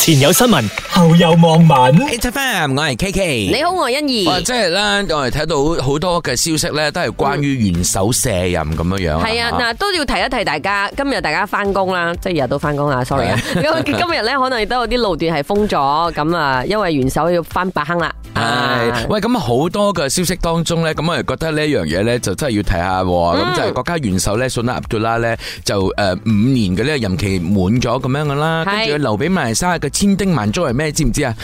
前有新聞，後有網民。 Hey, FM，我係 K K。你好，我係欣怡。哇，即係咧，我哋睇到好多嘅消息咧，都係關於元首卸任咁樣樣。係啊，嗱都要提一提大家，今日大家翻工啦，即係日日都翻工啦，sorry 啊。 咁今日咧，可能亦都有啲路段係封咗，咁啊，因為元首要翻白坑啦。啊係，喂，咁好多嘅消息當中咧，咁我哋覺得呢一樣嘢咧，就真係要睇下喎。咁就係國家元首咧，信納杜拉咧，就誒五年嘅呢個任期滿咗咁樣噶啦，係跟住留俾馬來西亞嘅千叮萬囑係咩？知唔知啊？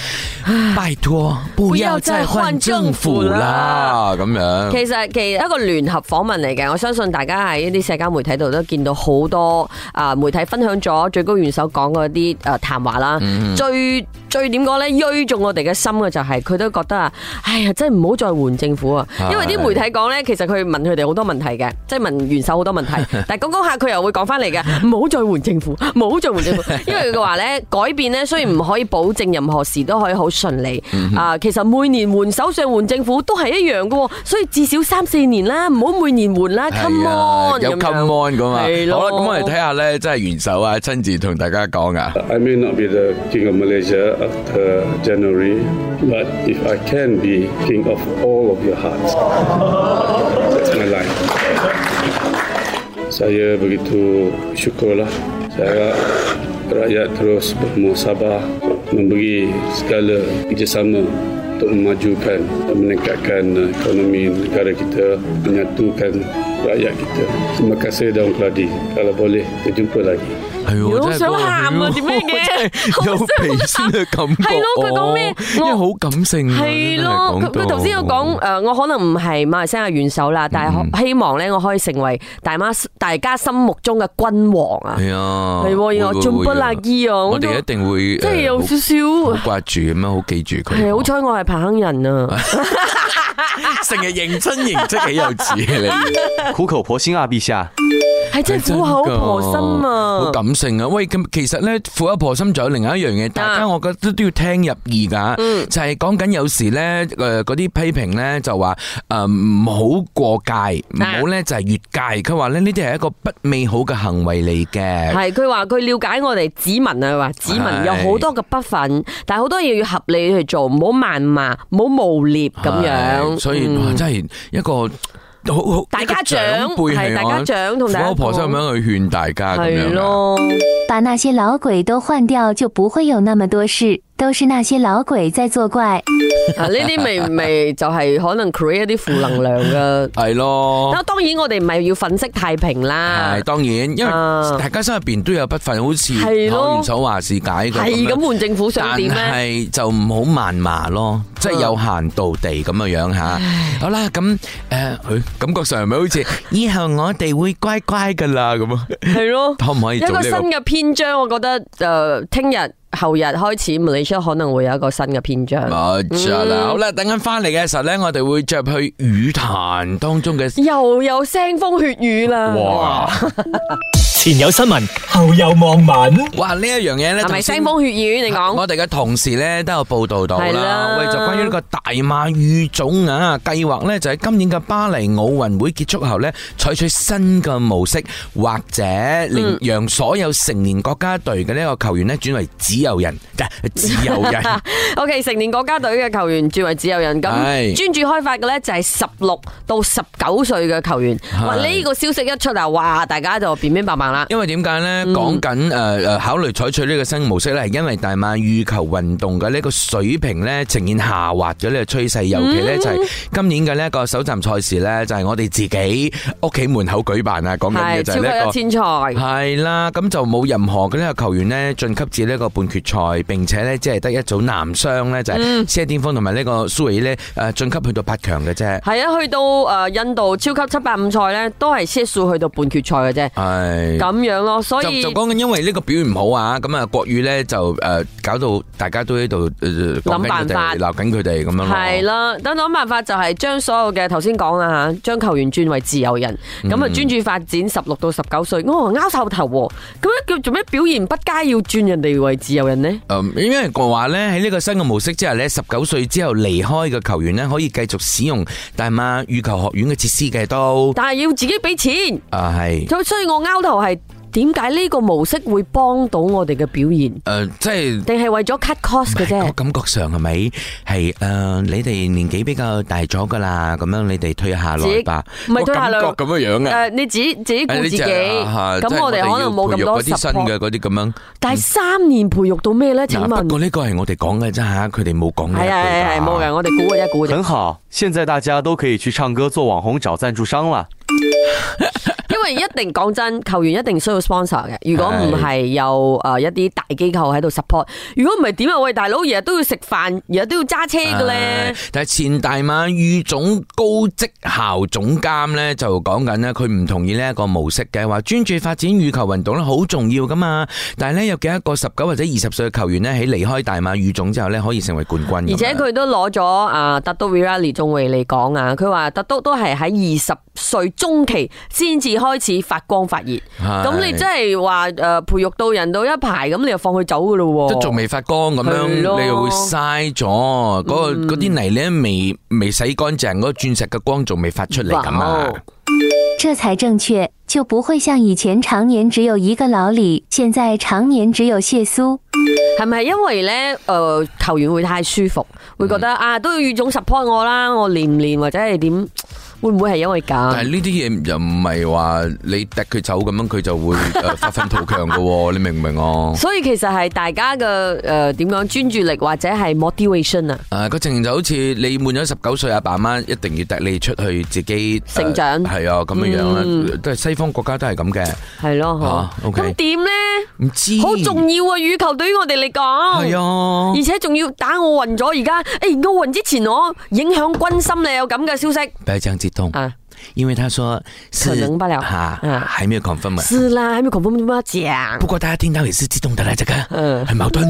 拜託，不要再換政府啦，咁樣。其實其實一個聯合訪問嚟嘅，我相信大家喺呢啲社交媒體度都見到好多啊媒體分享咗最高元首講嗰啲誒談話啦。最最點講呢？鋭中我哋嘅心嘅就係、佢都覺得啊，哎呀，真係唔好再換政府啊！因為啲媒體講呢，其實佢問佢哋好多問題 嘅，即係問元首好多問題。但係講講下佢又會講翻嚟嘅，唔好再換政府， 唔好再換政府，因為佢話呢，改變呢，雖然唔可以保證任何事都可以好順利，啊，其實每年換首相換政府都係一樣嘅喎，所以至少三四年啦，唔好每年換啦，come 係啊 on，有咁樣 come on 噶嘛？好係咯啦，咁我哋睇下咧，真係元首啊，親自同大家講啊。 I may not be the king of Malaysia after January, but if I can be king of all of your hearts, that's my line. Saya begitu syukurlah. Saya harap rakyat terus bermuasabah memberi segala kerjasama untuk memajukan dan meningkatkan uh, ekonomi negara kita, menyatukan rakyat kita. Terima kasih Daun Keladi. Kalau boleh, kita jumpa lagi. 係喎，好真係想嗰個喊啊係喎點解嘅 真係好有鼻先嘅感覺。哦係咯佢講咩因為我好感性啊。係真咯，佢係講到佢頭先有講誒，呃我可能唔係馬來西亞元首啦，但係希望咧，我可以成為大媽大家心目中嘅君王啊！係啊，係喎，會原來會仲不會啊辣衣啊！我都哋一定會即係有少好少，掛住咁樣，好記住佢。啊係好彩我係彭亨人啊！成日認真認真，幾有啊字你。苦口婆心啊，陛下。係真係苦口婆心好啊！感性啊！喂，咁其實咧苦口婆心仲有另外一樣嘢，大啊家我覺得都要聽入耳噶，嗯就係講緊有時咧誒嗰啲批評咧就話誒唔好過界，唔啊好咧就係越界。佢話咧呢啲係一個不美好嘅行為嚟嘅。係佢話佢了解我哋子民啊，話子民係有好多嘅不忿，但係好多嘢要合理去做，唔好謾罵，唔好誣蔑咁樣。係所以哇嗯真係一個。好好，大家長一個輩係係我大家長同大家苦口婆心咁樣去勸大家咁係樣啊㗎。咯。把那些老鬼都换掉，就不会有那么多事。都是那些老鬼在作怪。啊！呢啲咪咪就係可能 create 一啲負能量嘅。係咯。但當然我哋唔係要粉飾太平啦系，當然，因為啊大家心入邊都有不忿，好似係咯元首話事解嘅樣係咁換政府想但點咧？係就唔好漫罵咯，即係有限度地咁嘅樣吓。好啦，咁诶，佢感覺上係咪好似以後我哋會乖乖噶啦咁啊？係咯，可唔可以一做個呢新個？嘅篇章，我覺得誒，聽日後日開始，Malaysia 可能會有一個新嘅篇章。冇錯啦，好啦，等緊翻嚟嘅時候咧，我哋會着去語壇當中嘅。又有腥風血雨啦！哇！前有新聞，後有網民。哇！呢一樣嘢咧，係咪頭先啊腥風血雨？你講我哋嘅同事咧都有報道到係啦啦，喂，就關於呢個大馬語種啊計劃呢，就喺今年嘅巴黎奧運會結束後呢，採取新嘅模式，或者嗯令讓所有成年國家隊嘅呢個球員呢轉為自由人， 自由人，OK，成年國家隊嘅球員轉為自由人，咁係專注開發嘅咧就係十六到十九歲嘅球員。哇！呢個消息一出啊，哇！大家就變變白白啦。因為點解呢？嗯講緊誒誒呃考慮採取呢個新模式呢，係因為大馬羽球運動嘅呢個水平呢呈現下滑嘅呢個趨勢，尤其嗯呢就係今年嘅呢一個首站賽事呢，就係我哋自己屋企門口舉辦啊，講緊嘅係就超係級呢一個一。千賽。系啦，咁就冇任何嘅呢個球員呢晉級至呢個半決賽，並且呢，只係得一組男雙呢，就嗯係謝天峰同埋呢個蘇偉呢，誒晉級去到八強嘅啫。係啊，去到诶印度超級七百五賽咧，都係 s 數去到半決賽嘅啫，係。咁樣咯。所嗯就以就講緊，因為呢個表現唔好啊，咁啊國語呢，就誒、呃搞到大家都喺度誒講緊佢諗辦法哋鬧緊佢哋咁樣咯。係啦，等諗辦法就係將所有嘅頭先講啦吓，將球員轉為自由人，咁嗯啊專注發展十六到十九歲。我拗晒頭喎，咁樣叫做咩表現不佳要轉人哋為自由人呢？誒因為我話咧喺呢個新嘅模式之下咧，十九歲之後離開嘅球員呢，可以繼續使用大馬羽球學院嘅設施嘅都但係要自己俾錢，啊係。所以我拗頭係點解呢個模式會幫到我哋嘅表現？诶，即係。定係為咗 cut cost 嘅我啫？感覺上係咪係誒？你哋年紀比較大咗㗎啦，咁樣你哋退下來吧。自己唔係退下來我感覺咁樣樣嘅。诶、你自己自己顧自己，誒呢隻啊咁、即係我哋可能冇咁要多培育嗰啲新 support 嘅嗯嗰啲咁樣。但係三年培育到咩咧？請嗱，不過問呢個係我哋講嘅啫嚇，佢哋冇講呢一係句啊係啊係啊㗎冇嘅，我哋估嘅啫，估嘅啫。很好，现在大家都可以去唱歌、做網紅、找贊助商了。因為一定講真，球員一定需要 sponsor 嘅。如果唔係有诶一啲大機構喺度 support，如果唔係點啊？喂，大佬，日日都要食飯，日日都要揸車嘅咧唉。但係前大馬預總高績效總監咧就講緊咧，佢唔同意呢一個模式嘅，話專注發展羽球運動咧好重要噶嘛。但係咧有幾多個十九或者二十歲嘅球員咧喺離開大馬預總之後咧可以成為冠軍咁樣，而且佢都攞咗啊，特都 Virali 仲維嚟講啊，佢話特都都係喺二十歲中期先至開始發光發熱。係咁你真係話诶培育到人到一排，咁你就放佢走噶咯喎？都仲未發光咁樣，係哦咯嗯你又會嘥咗嗰個嗰啲泥咧，未未洗乾淨，嗰個鑽石嘅光仲未發出嚟咁哇啊哦！这才正确，就不会像以前常年只有一个老李，现在常年只有谢苏。係咪因為咧诶、呃球員會太舒服，會嗯覺得、啊都要預種 support 我啦，我練唔練或者係點？會唔會係因為但咁？係呢啲嘢又唔係話你踢佢走咁樣，佢就 會誒發奮圖強嘅喎，你明唔明啊？所以其實係大家嘅诶點講專注力或者係 motivation 啊，诶，個情形就好似你滿咗十九歲，阿爸媽一定要帶你出去自己呃成長係啊咁樣樣啦嗯，都係西方國家都係咁嘅，係咯啊，嗬 OK 咁點咧？唔知好重嗯要啊！羽球對於我哋嚟講，係啊而且仲要打奧運咗，而家诶奧運之前我影響軍心咧，有咁嘅消息不要這樣激動，啊！因為他說是可能不了啊嗯還沒有 confirm 啊是啦，还没有 confirm 怎么讲不？过大家听到也是激动的啦，这个嗯很矛盾。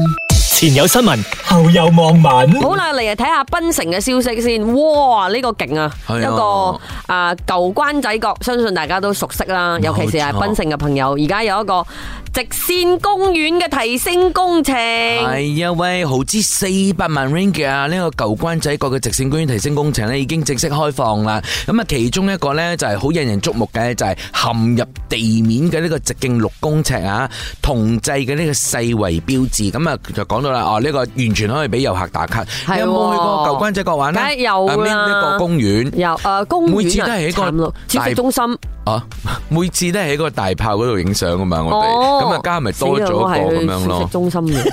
前有新聞，後有網民。好啦，嚟睇下槟城嘅消息先。哇，呢、個勁啊，係啊一個啊舊關仔角，相信大家都熟悉啦，尤其是係冇錯槟城嘅朋友。而家有一個直線公園嘅提升工程，系啊，喂，豪资四百万 ringgit 啊！呢個舊關仔角嘅直線公園提升工程咧已經正式開放啦。咁啊，其中一個咧就係好引人瞩目嘅，就係陷入地面嘅呢個直徑六公尺啊，銅製嘅呢個世圍標誌。咁啊，就講到啦，哦，呢個完全可以俾遊客打卡。喎你有冇去過舊關仔角玩咧？梗係有啦啊邊一個公園由诶、呃公每次園都啊，係一個慘咯消大息中心。啊， 每次都係喺個大炮嗰度影相噶嘛，我哋哦咁啊，加咪多咗死啦我係一個咁去樣小咯食。中心嘅。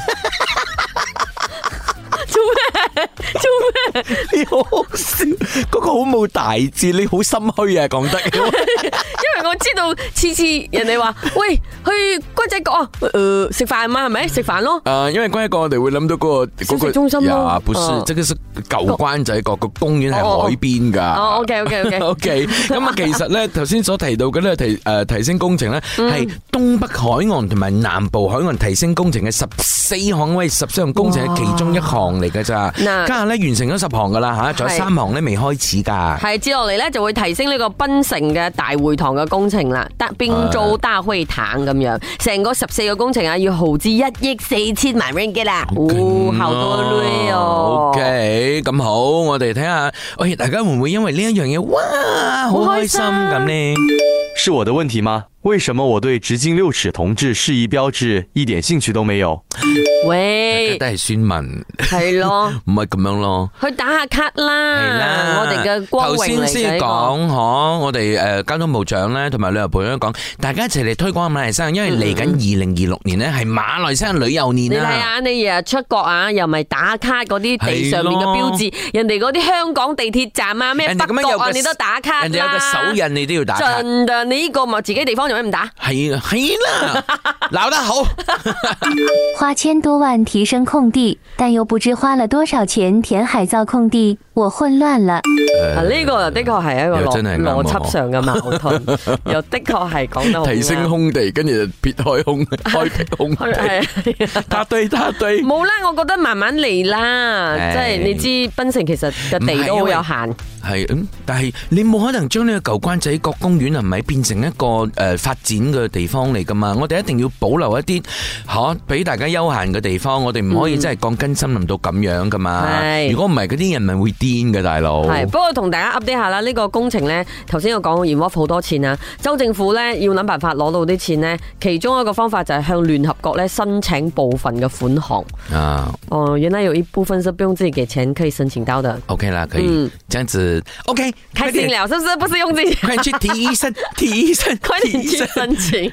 做咩？ 做咩？ 你好好笑， 嗰、個好冇大志，你好心虛啊，講得。因為我知道次次人哋話喂去軍仔角啊，呃食飯嘛係咪？食飯咯。誒，因為關一個我哋會諗到嗰、個小嗰食個中心咯呀不是，嗯即係舊關仔角個公園係海邊㗎。哦，OK OK OK， O K，咁啊，其實咧，頭先所提到嘅咧提誒提升工程咧，係東北海岸同埋南部海岸提升工程嘅十四項喂十四項工程嘅其中一項嚟㗎咋。嗱家下咧完成咗十項㗎啦嚇，仲有係三項咧未開始 㗎。係接落嚟咧就會提升呢個槟城嘅大會堂嘅工程啦，但并州大會堂咁樣，成個十四個工程啊要耗資一億四千萬 ringgit 啦，哦，好多累哦。 OK，咁好，我哋睇下，喂，大家會唔會因為呢一樣嘢，哇，好開心咁呢？是我的問題嗎？為什麼我對直徑六尺同志示意標誌一點興趣都沒有？ 喂，都係宣文，係咯。唔係咁樣咯。去打下卡啦，係啦，我哋嘅光榮頭嚟先嘅先呢個講嗬，我哋誒交通部長咧同埋旅遊部長講，大家一齊嚟推廣馬來西亞，因為嚟緊二零二六年呢係馬來西亞旅遊你年睇啊。下，你日日出國啊，又咪打卡嗰啲地上面嘅標誌，人哋嗰啲香港地鐵站啊，咩人哋咁北樣有角啊，個你都打卡啦。人哋有個手印，你都要打卡。盡量你呢個咪自己地方做咩唔打？係啊係 啦，鬧得好。花千多万提升空地，但又不知花了多少钱填海造空地，我混乱了。啊呢個的確係一個又真係邏啱邏喎輯上嘅矛 盾，又的確係講得好啱提升。空地，跟住就撇開 空，開闢空地，係係打堆打堆。冇啦，我覺得慢慢嚟啦，即係唉你知，檳城其實嘅地都好有限，係嗯，但係你冇可能將呢個舊關仔角公園係咪變成一個誒、呃、發展嘅地方嚟噶嘛？我哋一定要保留一啲嚇俾大家休閒嘅地方，我哋唔可以真係鋼筋森林到咁樣噶嘛。嗯係如果唔係，嗰啲人咪會癲嘅，大佬。系，不過同大家 update 下啦，呢、個工程呢，頭先我講 involve 好多錢啊，州政府呢，要諗辦法攞到啲錢呢，其中一個方法就係向聯合國呢申請部分嘅款項。啊哦，原來有一部分是不用自己給錢可以申請到的， ，OK 啦，可以，嗯這樣子 OK，開快心點，了是不是？不是用自己，快去提醫生，提醫生， 快提點醫去生。申請。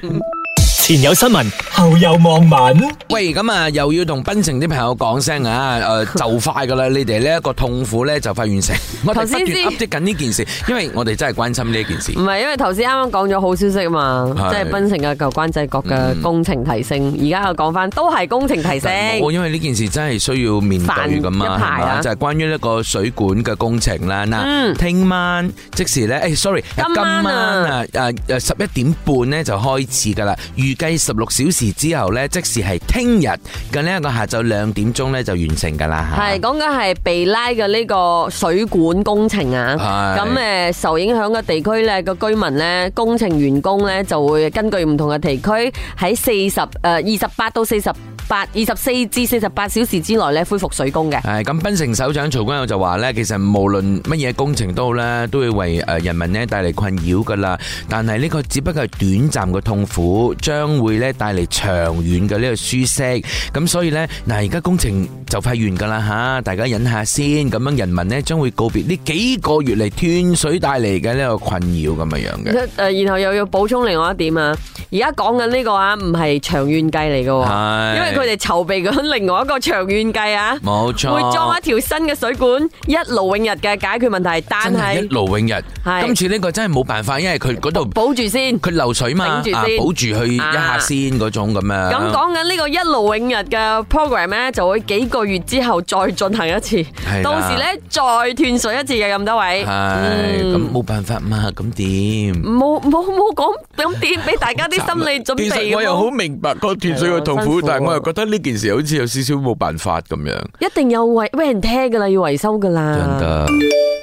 前有新聞，後有網民。喂，咁啊，又要同槟城啲朋友講聲 啊，诶、就快噶啦，你哋呢一個痛苦咧就快完成，我哋頭不斷先嗯先 update 緊呢件事，因為我哋真係關心呢一件事唔。係，因為頭先啱啱講咗好消息啊嘛，係即係嗯槟城嘅舊關仔角嘅工程提升，而家又講翻都係工程提升。我因為呢件事真係需要面對噶嘛，煩一排係啊嗯嘛就係關於呢個水管嘅工程啦。嗱，聽晚即時咧，誒，sorry，今晚啊今晚啊，誒誒十一點半咧就開始噶啦，預計十六小時之後咧，即時係聽日嘅呢一個下晝兩點鐘咧就完成噶啦嚇係講緊係被拉嘅呢個水管工程啊，係咁誒受影響嘅地區咧個居民咧，工程員工咧就會根據唔同嘅地區喺四十誒二十八到四十八、二十四至四十八小時之內咧恢復水工嘅。係咁，槟城首長曹君友就話咧，其實無論乜嘢工程都好啦，都會為诶人民咧帶嚟困擾噶啦。但係呢個只不過係短暫嘅痛苦，將會咧帶嚟長遠嘅呢個舒適。咁所以呢，嗱而家工程就快完噶啦吓，大家忍下先。咁樣人民呢將會告別呢幾個月嚟斷水帶嚟嘅呢個困擾咁樣樣嘅。誒，然後又要補充另外一點啊，而家講緊呢個啊，唔係長遠計嚟嘅喎，係因為佢哋籌備緊另外一個長遠計啊，冇錯，會裝一條新嘅水管，一勞永逸嘅解決問題，但真係一係勞永逸。係今次呢個真係冇辦法，因為佢嗰度。保住先。佢漏水嘛，頂住先啊保住佢一下先嗰種咁樣。咁講緊呢個一勞永逸嘅 program 咧，就會幾個月之後再進行一次係啦，到時咧再斷水一次嘅咁多位。係嗯咁冇辦法嘛，咁點？冇冇冇講咁點俾大家啲心理準 其備實我又好喎。明白個斷水嘅痛係啊辛苦苦，啊但係我又覺得呢件事好似有少少冇辦法咁樣。一定有維俾人聽噶啦，要維修噶真 啦。的，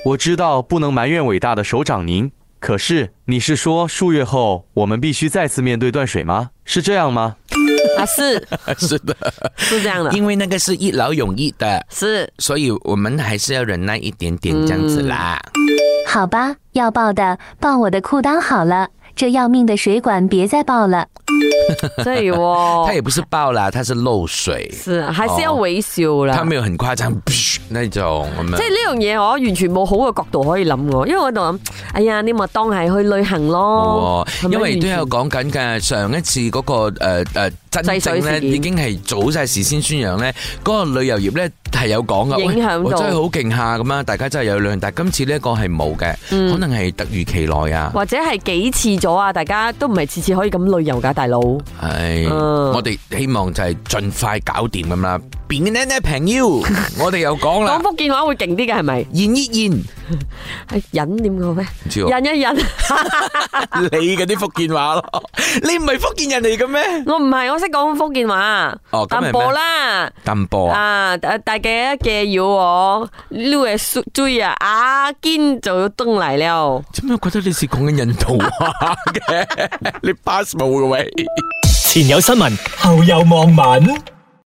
我知道不能埋怨伟大的首长您，可是你是说数月后我们必须再次面对断水吗？是这样吗？啊，是是的，是這樣的，因為那個是一勞永逸的，是所以我們還是要忍耐一點點，這樣子啦。好吧，要爆的爆我的裤裆好了，这要命的水管别再爆了。 對它也喎，不是爆啦，它是漏水，是還是要微笑啦它。沒有很誇張，那種咁樣即。係呢樣嘢，我完全冇好嘅角度可以諗喎，因為我喺度諗，哎呀，你咪當係去旅行咯哦，，因為都有係咪講緊嘅，上一次嗰、個个诶诶、呃真制正水咧事件已經係早晒事先宣揚咧，嗰、個旅遊業咧係有講噶，影響喂我到真係好勁下咁啊！大家真係有量，但系今次呢一個係冇嘅，可能係突如其來啊！或者係幾次咗啊？大家都唔係次次可以咁旅遊㗎，大佬。係，嗯我哋希望就係盡快搞掂咁啦。變呢呢平 腰，我哋又講啦講，福建話會勁啲嘅係咪？燕一燕，係忍點嘅咩？唔知喎忍一忍， 你嗰啲福建話咯，你唔係福建人嚟嘅咩？我唔係，我識講福建話。哦咁係咩淡薄啦。淡波啊，啊！大大家嘅要我撩嘅水追啊，啊堅就要登嚟了。點解覺得你是講緊印度話嘅？你 pass 冇嘅喂。前有新聞，後有網民。